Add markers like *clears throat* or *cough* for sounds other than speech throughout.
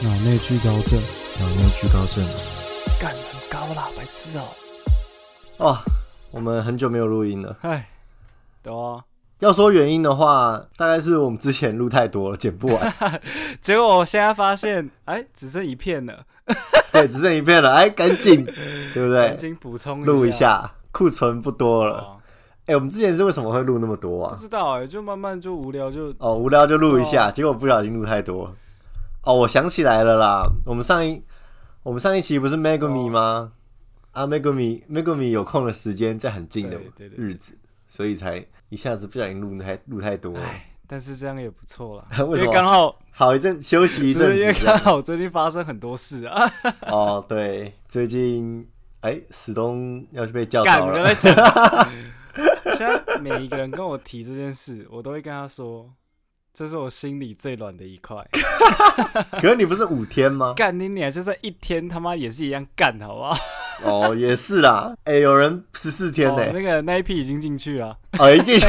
脑内聚高症，脑内聚高症。啊干很高啦，白痴哦、哦，我们很久没有录音了。哎，对啊。要说原因的话，大概是我们之前录太多了，剪不 *laughs* 完。结果我现在发现，哎，只剩一片了，对，只剩一片了，哎，赶紧，对不赶对？紧补充哎录一一。下，库存不多了。哦哎、我们之前是为什么会录那么多不啊？知道哎，就慢慢就无聊就哦，无聊就录一下，结果不小心录太多。哦，我想起来了啦，我们上一我们上一期不是哦 Megumi 吗？啊，Megumi Megumi 有空的时间在很近的对对对日子，所以才一下子不小心录太录太多了。哎，但是这样也不错啦。 *laughs* 为什因么为刚好好一阵休息一不是阵因为子这刚样。好最近发生很多事 *laughs* 啊，哦，对，最近哎，史东要去被教干导我了跟。他讲。 *laughs* 现在每一个人跟我提这件事，我都会跟他说，这是我心里最软的一块。可是你不是五天吗？干你娘！就算一天他妈也是一样干，好不好？哦，也是啦。哎，有人十四天哦呢。那个那一批已经进去了，哦，一进去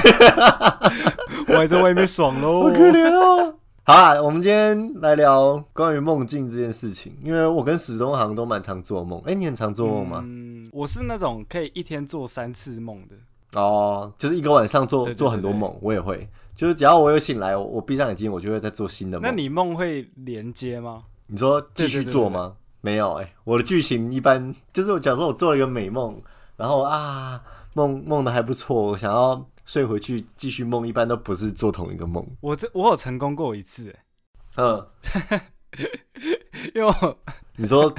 我还在外面爽 *laughs* 喽。好可怜哦。好啦，我们今天来聊关于梦境这件事情，因为我跟史东好像都蛮常做梦。哎，你很常做梦吗？嗯，我是那种可以一天做三次梦的。哦，就是一个晚上做对对对做很多梦，我也会。就是只要我有醒来，我我闭上眼睛，我就会在做新的梦。那你梦会连接吗？你说继续做吗？没有哎、我的剧情一般就是我假设我做了一个美梦，然后啊梦梦的还不错，我想要睡回去继续梦，一般都不是做同一个梦。我这我有成功过一次、欸，嗯，因为 *laughs* 我 *laughs* 你说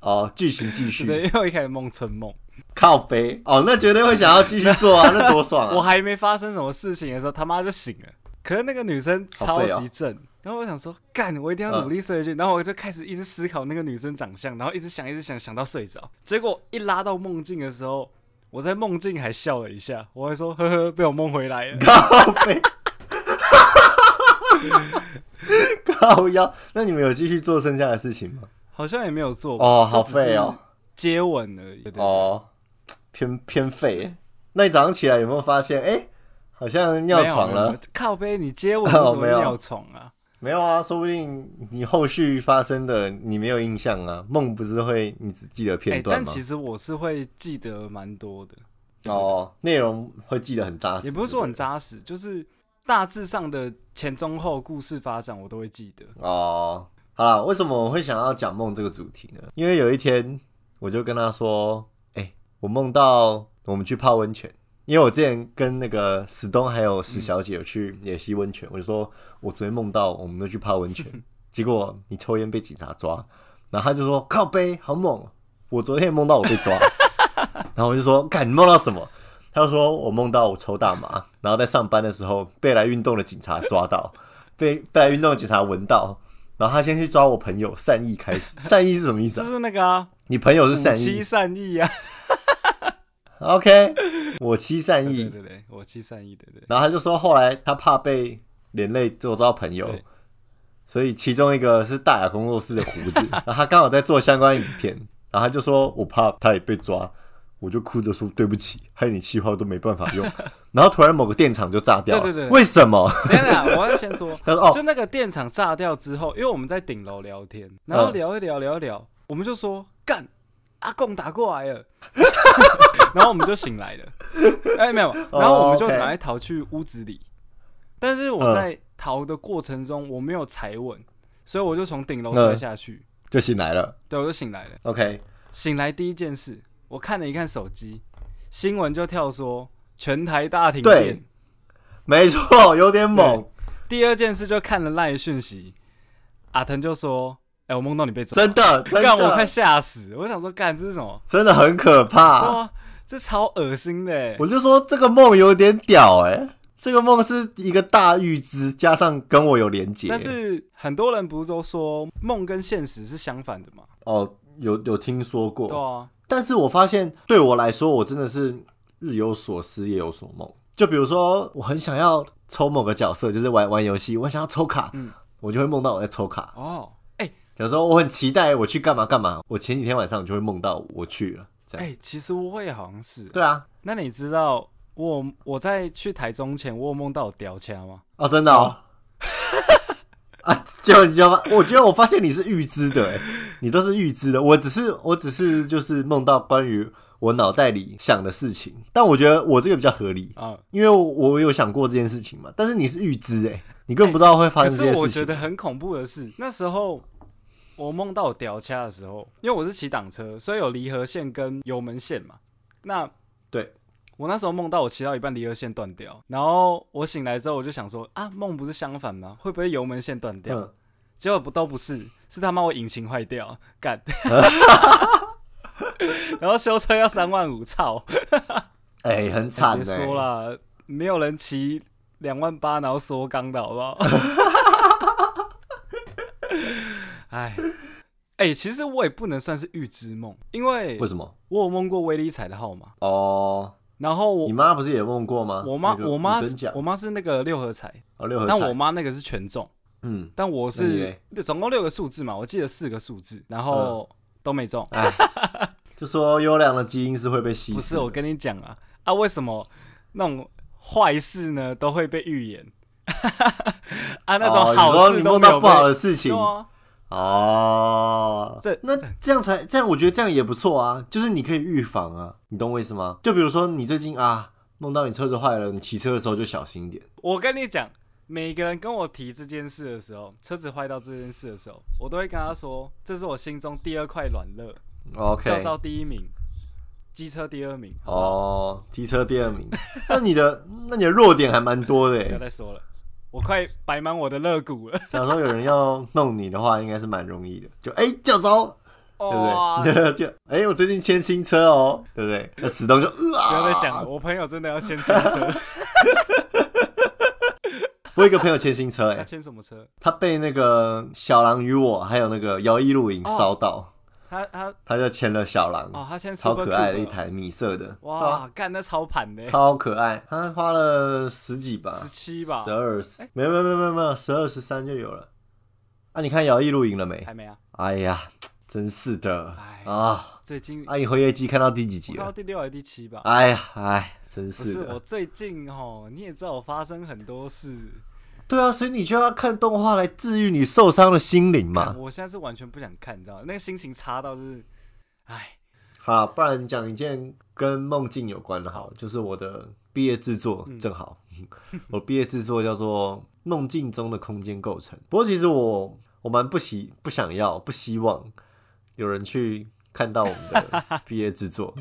哦剧情继对，续因为我一开始梦春梦，靠背哦，那绝对会想要继续做 *laughs* 啊，那多爽我啊！还没发生什么事情的时候，他妈就醒了。可是那个女生好超废哦级正，然后我想说，干，我一定要努力睡下去。然后我就开始一直思考那个女生长相，然后一直想，一直想，想到睡着。结果一拉到梦境的时候，我在梦境还笑了一下，我还说，呵呵，被我梦回来了。靠背， *laughs* 靠腰。那你们有继续做剩下的事情吗？好像也没有做哦就好只是废哦接吻而已。对对对哦，偏偏废。那你早上起来有没有发现，哎、好像尿床没有没了有？靠背，你接 *laughs* 吻哦怎么没有尿床啊？没有啊，说不定你后续发生的你没有印象啊，梦不是会你只记得片段哎但吗？其实我是会记得蛮多的，哦，内容会记得很扎实，也不是说很对扎实，就是大致上的前中后故事发展我都会记得。不对哦。好啦，为什么我会想要讲梦这个主题呢？因为有一天我就跟他说，哎、我梦到我们去泡温泉，因为我之前跟那个史东还有史小姐有去野溪温泉，我就说我昨天梦到我们都去泡温泉，结果你抽烟被警察抓，然后他就说靠背好猛，哦我昨天也梦到我被抓，然后我就说干你梦到什么？他就说我梦到我抽大麻，然后在上班的时候被来运动的警察抓到，被被来运动的警察闻到。然后他先去抓我朋友，善意开始。善意是什么意思就啊？是那个啊，你朋友是五善七意善意啊， *laughs* ，OK？我妻善意，对对对，我七善意，对对然后他就说，后来他怕被连累做到朋友对，所以其中一个是大雅工作室的 *laughs* 胡子，然后他刚好在做相关影片，然后他就说我怕他也被抓，我就哭着说对不起，害你气话都没办法用。 *laughs* 然后突然某个电厂就炸掉了，对对对为什么？对。等一下，我要先说，他说哦就那个电厂炸掉之后，因为我们在顶楼聊天，然嗯后聊一聊聊一聊，我们就说干，阿贡打过来了， *laughs* 然后我们就醒来了， *laughs* 哎、没有，哦然后我们就赶快逃去屋子里，但是我在逃的过程中我没有踩稳，所以我就从顶楼嗯摔下去，就醒来了对，我就醒来了。 ，OK？醒来第一件事，我看了一看手机，新闻就跳说全台大停电对。没错，有点猛，第二件事就看了赖讯息，阿腾就说：“哎、我梦到你被抓，真的，真干我快的，吓死！我想说，干这是什么？真的很可怕。哇，这超恶心的欸！我就说这个梦有点屌哎、这个梦是一个大预知，加上跟我有连结。但是很多人不是都说梦跟现实是相反的嘛？哦，有有听说过，对啊，但是我发现对我来说，我真的是日有所思，夜有所梦。就比如说，我很想要抽某个角色，就是玩玩游戏，我想要抽卡，嗯我就会梦到我在抽卡。哦，哎、假如说我很期待我去干嘛干嘛，我前几天晚上就会梦到我去了，这哎、样。其实我也好像是。啊对啊，那你知道我我在去台中前，我有梦到我叼枪吗？ *laughs* 哦，真的哦，啊，结果你知道吗？我觉得我发现你是预知的、欸，你都是预知的。我只是我只是就是梦到关于我脑袋里想的事情，但我觉得我这个比较合理，啊。因为我有想过这件事情嘛。但是你是预知、欸，哎，你根本不知道会发哎可生这是件我事觉情。得很恐怖的是，那时候我梦到我掉掐的时候，因为我是骑挡车，所以有离合线跟油门线嘛。那对，我那时候梦到我骑到一半离合线断掉，然后我醒来之后我就想说啊，梦不是相反吗？会不会油门线断掉？嗯，结果不都不是，是他妈我引擎坏掉， *laughs* 干。然后修车要三万五，操！哎、很惨别哎、说啦，没有人骑两万八然后缩缸的好不 *laughs* 好？哎，哎、其实我也不能算是预知梦，因为为什么？我有梦过威力彩的号码，哦，然后你我妈不是也梦过吗？我妈啊那个我妈五等奖我妈是那个六合彩，哦六合彩，但我妈那个是全中，嗯，但我那你是嘞嗯总共六个数字嘛，我记得四个数字，然后都没中。就说优良的基因啊是会被稀释的。不是，我跟你讲啊啊，为什么那种坏事呢都会被预言？ *laughs* 啊，那哦种你好说事你都梦没到有不被。好的事情对啊，哦，这那这样才这样，我觉得这样也不错啊，就是你可以预防啊，你懂我意思吗？就比如说你最近啊梦到你车子坏了，你骑车的时候就小心一点。我跟你讲，每个人跟我提这件事的时候，车子坏到这件事的时候，我都会跟他说，这是我心中第二块软肋，教 OK，招第一名，机车第二名。好不好，哦，提车第二名， *laughs* 那你的那你的弱点还蛮多的不 *laughs* 要欸，再说了，我快摆满我的肋骨 *laughs* 了。假如说有人要弄你的话，应该是蛮容易的，就哎、叫招，对哇不，对？ *laughs* 就哎、我最近签新车哦，对不对？那史东就不啊，要再讲了， *laughs* 我朋友真的要先签 *laughs* 车，我有一个朋友签新车、他哎，签什么车？他被那个小狼与我还有那个摇曳露营哦烧到，他他他就签了小狼，哦，他签嗯超 Super 可爱的 Coupe 一台米色的，对啊哇，干那超盘的，欸超可爱，他花了十几吧，十七吧十，二十，没有没有没有没有没有，十二十三就有了。啊，你看摇曳露营了没？还没啊。哎呀，真是的哎啊！最近我啊，你回业绩看到第几集看到了？第六还是第七吧？哎呀，哎，真不是是，我的。最近哦，你也知道我发生很多事，对啊，所以你就要看动画来治愈你受伤的心灵干嘛。我现在是完全不想看，你知道吗？那个心情差到就是，哎，好，不然讲一件跟梦境有关的，好了，就是我的毕业制作，正好 *laughs* 我毕业制作叫做《梦境中的空间构成》。不过其实我我蛮不希不想要不希望有人去看到我们的毕业制作，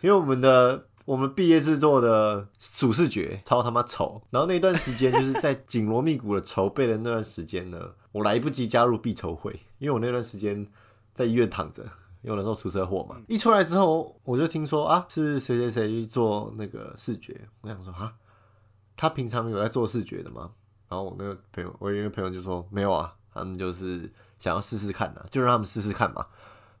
因为我们的。我们毕业制作的主视觉超他妈丑，然后那段时间就是在紧锣密鼓的筹备的那段时间呢，我来不及加入必筹会，因为我那段时间在医院躺着，因为我那时候出车祸嘛。一出来之后，我就听说啊，是谁谁谁去做那个视觉，我想说啊，他平常有在做视觉的吗？然后我那个朋友，我有一个朋友就说没有啊，他们就是想要试试看的、啊就让他们试试看嘛。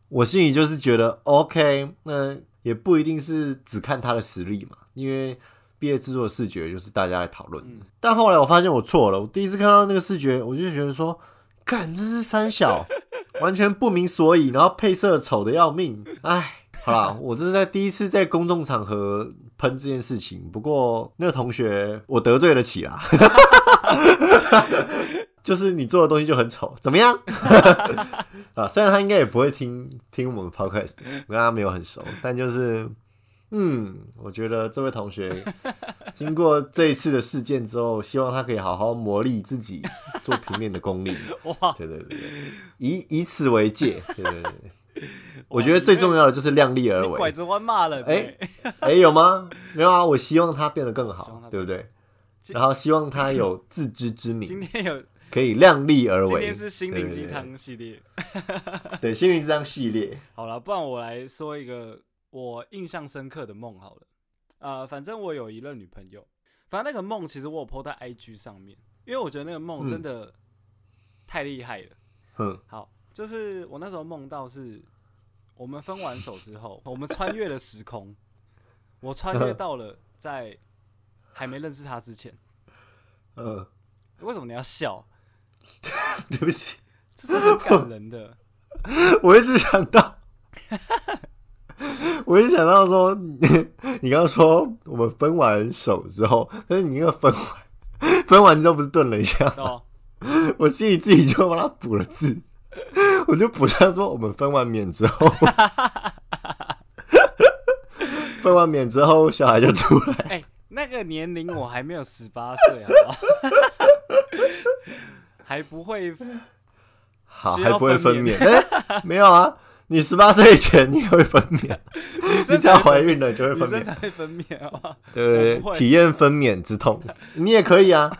我心里就是觉得 OK，那也不一定是只看他的实力嘛，因为毕业制作的视觉就是大家来讨论的。嗯但后来我发现我错了，我第一次看到那个视觉，我就觉得说，干这是三小，完全不明所以，然后配色丑的要命，哎。好啦，我这是在第一次在公众场合喷这件事情，不过那个同学我得罪得起啦，就是你做的东西就很丑，怎么样？ *laughs* 啊，虽然他应该也不会听听我们 podcast，我跟他没有很熟，但就是，嗯，我觉得这位同学经过这一次的事件之后，希望他可以好好磨砺自己做平面的功力。哇，对对对，对以以此为戒。对对对对，我觉得最重要的就是量力而你拐为。着弯骂人，哎哎，哎、有吗？没有啊，我希望他变得更希望好他，对不对？今然后希望他有自知之今明，天有，可以量力而为。今天是心灵对鸡，汤系列。对对对，心灵鸡汤系列。好了，不然我来说一个我印象深刻的梦好了。呃，反正我有一任女朋友，反正那个梦其实我有 PO 在 IG 上面，因为我觉得那个梦真的太厉害了。哼，好，就是我那时候梦到是，我们分完手之后， *laughs* 我们穿越了时空，我穿越到了在还没认识她之前。呃，为什么你要笑？对不起，这是很感人的。 *laughs* 我一直想到，我一直想到说， *laughs* 你你刚刚说我 *laughs* 们分完手之后，但是你那个分完分完之后不是顿了一下， *laughs* 哦，我心里自己就帮他补了字， *laughs* 我就补上说我们分完娩之后， *laughs* 分完娩之后小孩就出来， *laughs* 哎、那个年龄我还没有十八岁，好不好？ *laughs* 还不会好需还要不会分分娩娩，哎、没有啊，你十八岁以前你也会分 *laughs* 娩，女你生只才要会怀孕了就会女分生娩才，会分娩好不好？对我对不对，会体验分娩之痛，你也可以啊，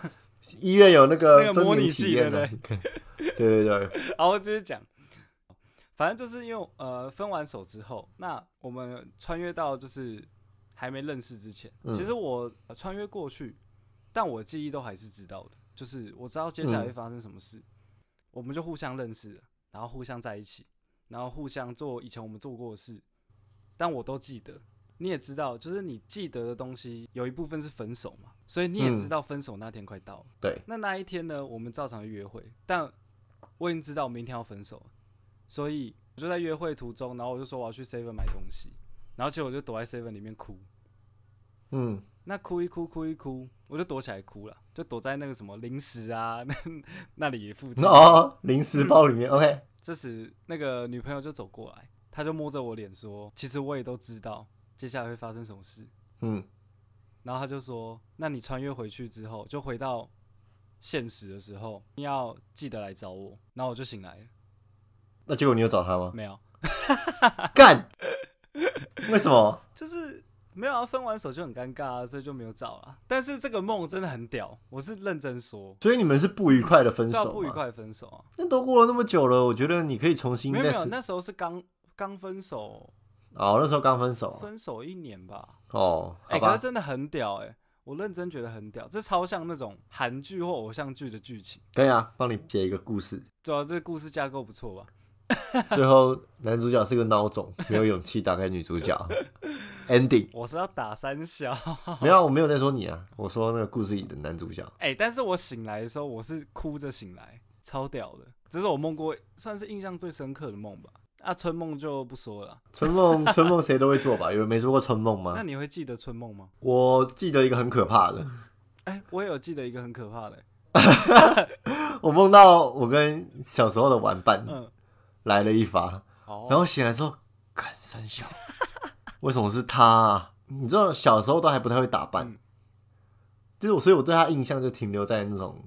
医院有那那个个分模娩拟体器验对的不，对 *laughs* 对对，然后就是讲，反正就是因为呃分完手之后，那我们穿越到就是还没认识之前，嗯其实我、呃穿越过去，但我记忆都还是知道的，就是我知道接下来会嗯发生什么事，我们就互相认识了，然后互相在一起，然后互相做以前我们做过的事，但我都记得。你也知道，就是你记得的东西有一部分是分手嘛，所以你也嗯知道分手那天快到了。对，那那一天呢，我们照常约会，但我已经知道明天要分手了，所以我就在约会途中，然后我就说我要去 Seven 买东西，然后结果我就躲在 Seven 里面哭，嗯。那哭一哭哭一哭，我就躲起来哭了，就躲在那个什么零食啊那那里附近。哦，零食包里面、o k 这时那个女朋友就走过来，她就摸着我脸说：“其实我也都知道接下来会发生什么事。”嗯，然后他就说：“那你穿越回去之后，就回到现实的时候，你要记得来找我。”然后我就醒来了，那结果你有找他吗？ *laughs* 没有，干，为什么？就是没有啊分完手就很尴尬啊，所以就没有找啦。但是这个梦真的很屌，我是认真说，所以你们是不愉快的分对啊，手，不愉。快分手啊，那都过了那么久了，我觉得你可以重新没有再没有，试。那时候是刚刚分手，哦，那时候刚分手啊。分手一年吧，哦，哎、可好是吧。真的很屌哎、我认真觉得很屌，这超像那种韩剧或偶像剧的剧情，可以啊，帮你写一个故事。主要这个故事架构不错吧？最后男主角是个孬种，没有勇气打开女主 *laughs* 角。Ending。我是要打三小， *laughs* 没有啊，我没有在说你啊，我说那个故事里的男主角。哎、但是我醒来的时候，我是哭着醒来，超屌的。这是我梦过算是印象最深刻的梦吧。啊，春梦就不说了啊。春梦， *laughs* 春梦谁都会做吧？有人没做过春梦那吗？你会记得春梦吗？我记得一个很可怕的， *laughs* 哎、我也有记得一个很可怕的、欸我梦到我跟小时候的玩伴嗯，来了一发，然哦，后醒来之后，干三小， *laughs* 为什么是他、啊？你知道小时候都还不太会打扮，嗯就是我，所以我对他印象就停留在那种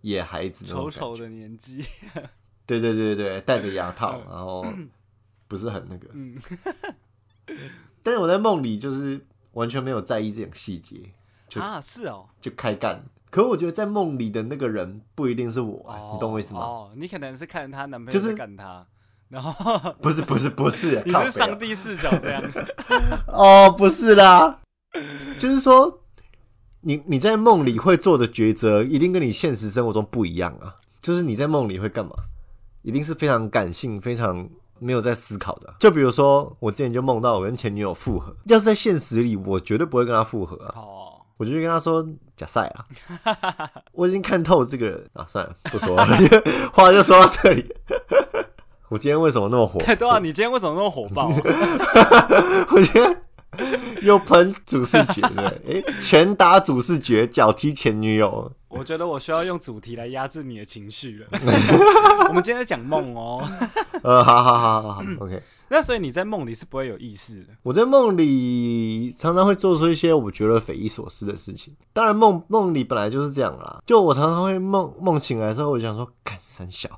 野孩子那丑种感觉丑的年纪，对对对对，戴着牙套，然后不是很那个。嗯，但是我在梦里就是完全没有在意这种细节，就啊，是哦，就开干。可我觉得在梦里的那个人不一定是我、啊，哦你懂我意思吗？哦，你可能是看着她男朋就友是在干她，然后不是不是不是， *laughs* 你靠北是啊上帝视角 *laughs* 这样，哦，不是啦，就是说，你你在梦里会做的抉择，一定跟你现实生活中不一样啊。就是你在梦里会干嘛，一定是非常感性、非常没有在思考的啊、就比如说，我之前就梦到我跟前女友复合，要是在现实里，我绝对不会跟她复合啊。哦，我就跟她说假赛啊， *laughs* 我已经看透这个人啊，算了，不说了， *laughs* 话就说到这里。 *laughs* 我今天为什么那么火？对啊，你今天为什么那么火爆啊、 *laughs* 我觉得又喷主视觉了，哎、拳打主视觉，脚踢前女友，我觉得我需要用主题来压制你的情绪 *laughs* 了。我们今天在讲梦哦，呃，好好好好好，OK。那所以你在梦里是不会有意识的。我在梦里常常会做出一些我觉得匪夷所思的事情。当然梦，梦里本来就是这样啦。就我常常会梦梦醒来之后，我就想说，干三小，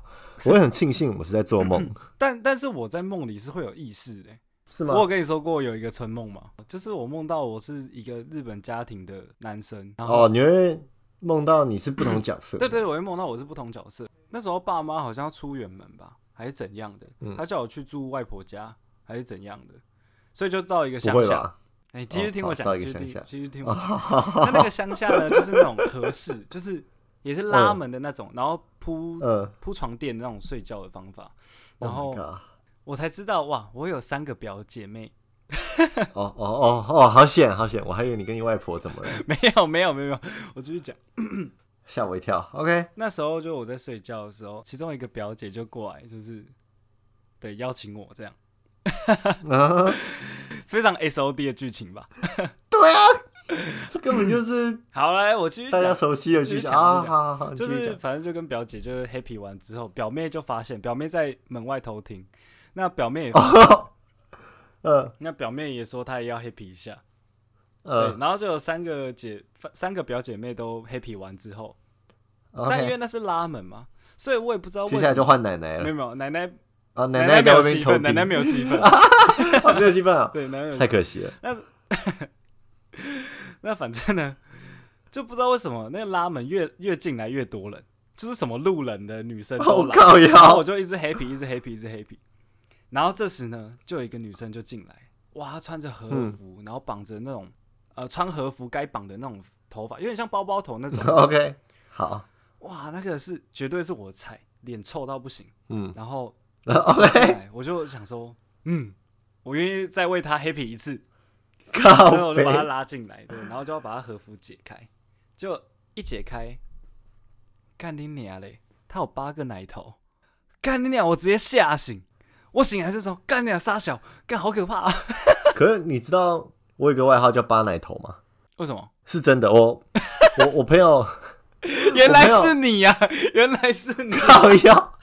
我会很庆幸我是在做梦，但但是我在梦里是会有意识的欸、是我有跟你说过有一个春梦嘛，就是我梦到我是一个日本家庭的男生，然后、哦，你会梦到你是不同角色，对对，我会梦到我是不同角色。那时候爸妈好像要出远门吧，还是怎样的，嗯他叫我去住外婆家，还是怎样的，所以就到一个不乡会下。吧？你继续听我讲哦好到，一继续个乡下听，继续听我讲。他那个乡下呢，就是那种合适， *laughs* 就是也是拉门的那种，然后铺嗯，铺床垫那种睡觉的方法。然后 Oh my god 我才知道哇，我有三个表姐妹， *laughs* 哦哦哦哦，好险好险，我还以为你跟你外婆怎么了，没有没有没有，没有我继续讲。吓我一跳。OK， *laughs* 那时候就我在睡觉的时候，其中一个表姐就过来，就是对邀请我这样， *laughs* 嗯。非常 S O D 的剧情吧。对啊，这根本就是好来，我继续大家讲。熟悉的剧 *laughs* 继续情讲啊！继续讲好好好，你就继续是讲反正就跟表姐就是 happy 完之后，表妹就发现，表妹在门外偷听，那表妹也发哦现，呃 *laughs* 那表妹也说她也要 happy 一下，对，呃然后就有三个姐三个表姐妹都 happy 完之后，但因为，OK，那是拉门嘛，所以我也不知道为接什下来就么。换奶奶没有了没有，奶奶啊！奶奶没在有外面戏偷份，听，奶奶没有戏份，啊 *laughs* 没有戏份啊， *laughs* 对，奶奶没有戏太份。可惜了。 *laughs* 那反正呢，就不知道为什么那个拉门越越进来越多人，就是什么路人的女生我都来，靠然后呀我！就一直 happy，一直 happy，一直 happy。然后这时呢，就有一个女生就进来，哇，她穿着和服，然后绑着那种呃穿和服该绑的那种头发，有点像包包头那种。 OK，好，哇，那个是绝对是我的菜，脸臭到不行。嗯然后走进 *laughs* ，OK，来，我就想说，嗯，我愿意再为她 happy 一次。然后靠我就把他背，拉进来，对，然后就要把他和服解开，就一解开，干你娘嘞！他有八个奶头，干你娘！我直接吓醒，我醒来就说干你娘傻小，干好可怕、啊！ *laughs* 可是你知道我有个外号叫八奶头吗？为什么？是真的，我我我朋友。原来是你呀、原来是你靠腰。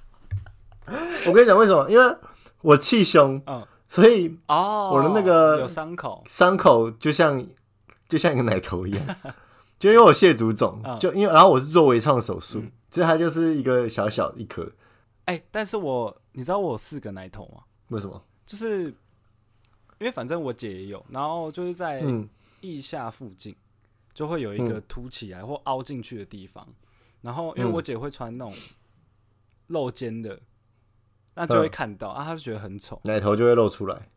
我跟你讲为什么？因为我气胸，嗯，所以哦， *laughs* 我的那个有伤口，伤口就像就像一个奶头一样。 *laughs* 就因为我蟹足肿，嗯就因为然后我是做微创手术嗯，所以它就是一个小小一颗。哎、但是我你知道我有四个奶头吗？为什么？就是因为反正我姐也有，然后就是在嗯，腋下附近就会有一个嗯凸起来或凹进去的地方。然后因为嗯我姐会穿那种露肩的，那就会嗯看到啊，她就觉得很丑。奶头就会露出来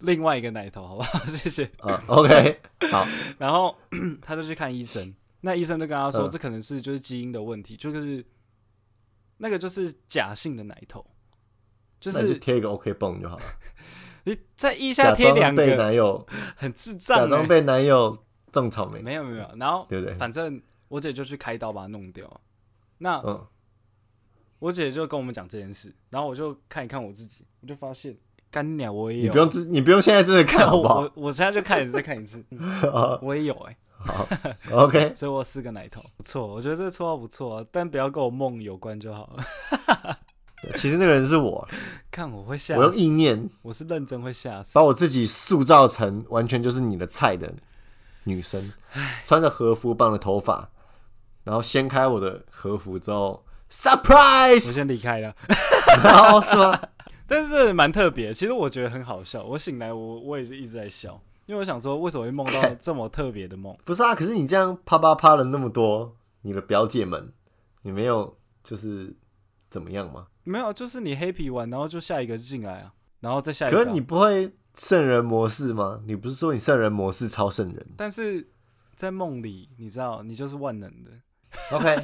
另外一个奶头，好不好？ *laughs* 谢谢。啊。OK，好，哎然后 *clears throat* 她就去看医生，那医生就跟她说，嗯这可能是就是基因的问题，就是那个就是假性的奶头，就那你是贴一个 OK 泵就好了。你在腋下假贴两装被个，男友，很智障、假装欸。被男友种草莓，没有没有没有，然后对不对？反正我姐就去开刀把它弄掉。那嗯，我姐就跟我们讲这件事，然后我就看一看我自己，我就发现干鸟我也有，你不用自，你不用现在真的看好不好我我现在就开始再看一 *laughs* 次，我也有哎、哦？OK，所以我有四个奶头，不错，我觉得这个绰号不错、啊，但不要跟我梦有关就好了。 *laughs* 其实那个人是我，看我会吓我用意死，念我是认真会吓死把。我自己塑造成完全就是你的菜的女生，穿着和服绑着头发，然后掀开我的和服之后我，surprise，先离开了， *laughs* 然后 *laughs* 是吗？但是这蛮特别，其实我觉得很好笑。我醒来我我也是一直在笑，因为我想说为什么会梦 *laughs* 到这么特别的梦？不是啊，可是你这样啪啪啪了那么多，你的表姐们，你没有就是怎么样吗？没有，啊就是你黑皮完，然后就下一个进来啊，然后再下一个可啊、是你不会圣人模式吗？你不是说你圣人模式超圣人 *laughs* 但是在梦里，你知道，你就是万能的。 ？OK，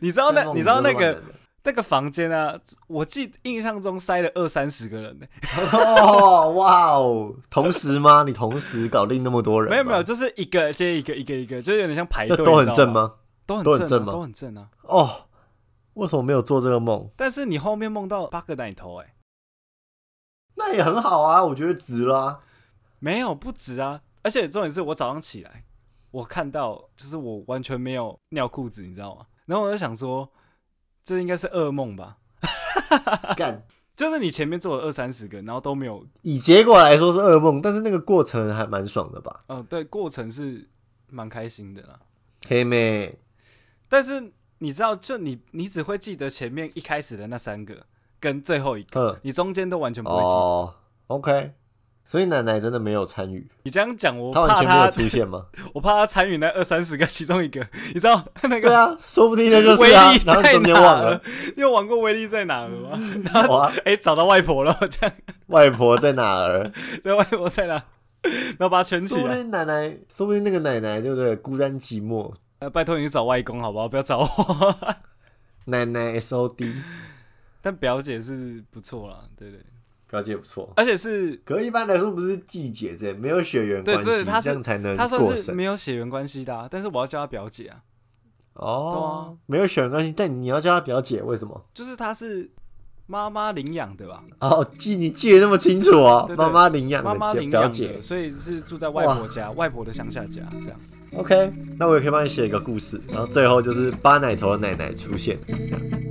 你知道那你知道那个个那个房间啊？我记印象中塞了二三十个人呢、哦哇哦，同时吗？你同时搞定那么多人吗？没有没有，就是一个接一个，一个一个，就是有点像排那队，都很你知道正吗？吗？都很都很正正啊，吗都很正啊。哦，为什么没有做这个梦？但是你后面梦到八个奶头、哎，那也很好啊，我觉得值啦。没有不止啊！而且重点是我早上起来，我看到就是我完全没有尿裤子，你知道吗？然后我就想说，这应该是噩梦吧？啊 *laughs* 干，就是你前面做了二三十个，然后都没有，以结果来说是噩梦，但是那个过程还蛮爽的吧？嗯、对，过程是蛮开心的啦。黑妹，但是你知道，就你你只会记得前面一开始的那三个跟最后一个，嗯，你中间都完全不会记得。哦，OK，所以奶奶真的没有参与，你这样讲，我她怕完全没有他，出现吗？ *laughs* 我怕他参与那二三十个其中一个。 *laughs* 你知道那对个啊，说不定那就是威啊力，然后在中间哪忘了儿，？你有玩过威力在哪儿吗？嗯哇，哎、找到外婆了，这样 *laughs* 外婆在哪儿？对，外婆在哪？然后把它圈起说不来。定奶奶，说不定那个奶奶对不对？孤单寂寞，呃，拜托你去找外公好不好？不要找我。 *laughs* 奶奶 S O D 但表姐是不错啦，对对，表姐不错。而且是可一般来说不是季节这没有血缘关对对系，她是这样才能她过算是审没有血缘关系的、啊，但是我要叫她表姐啊。哦。没有血缘关系，但你要叫她表姐，为什么？就是他是妈妈领养的吧？哦，记你记得那么清楚哦，对对妈妈领养妈妈的姐领表养姐的，。所以是住在外婆家，外婆的乡下家这样。 OK，那我也可以帮你写一个故事，然后最后就是八奶头的奶奶出现，这样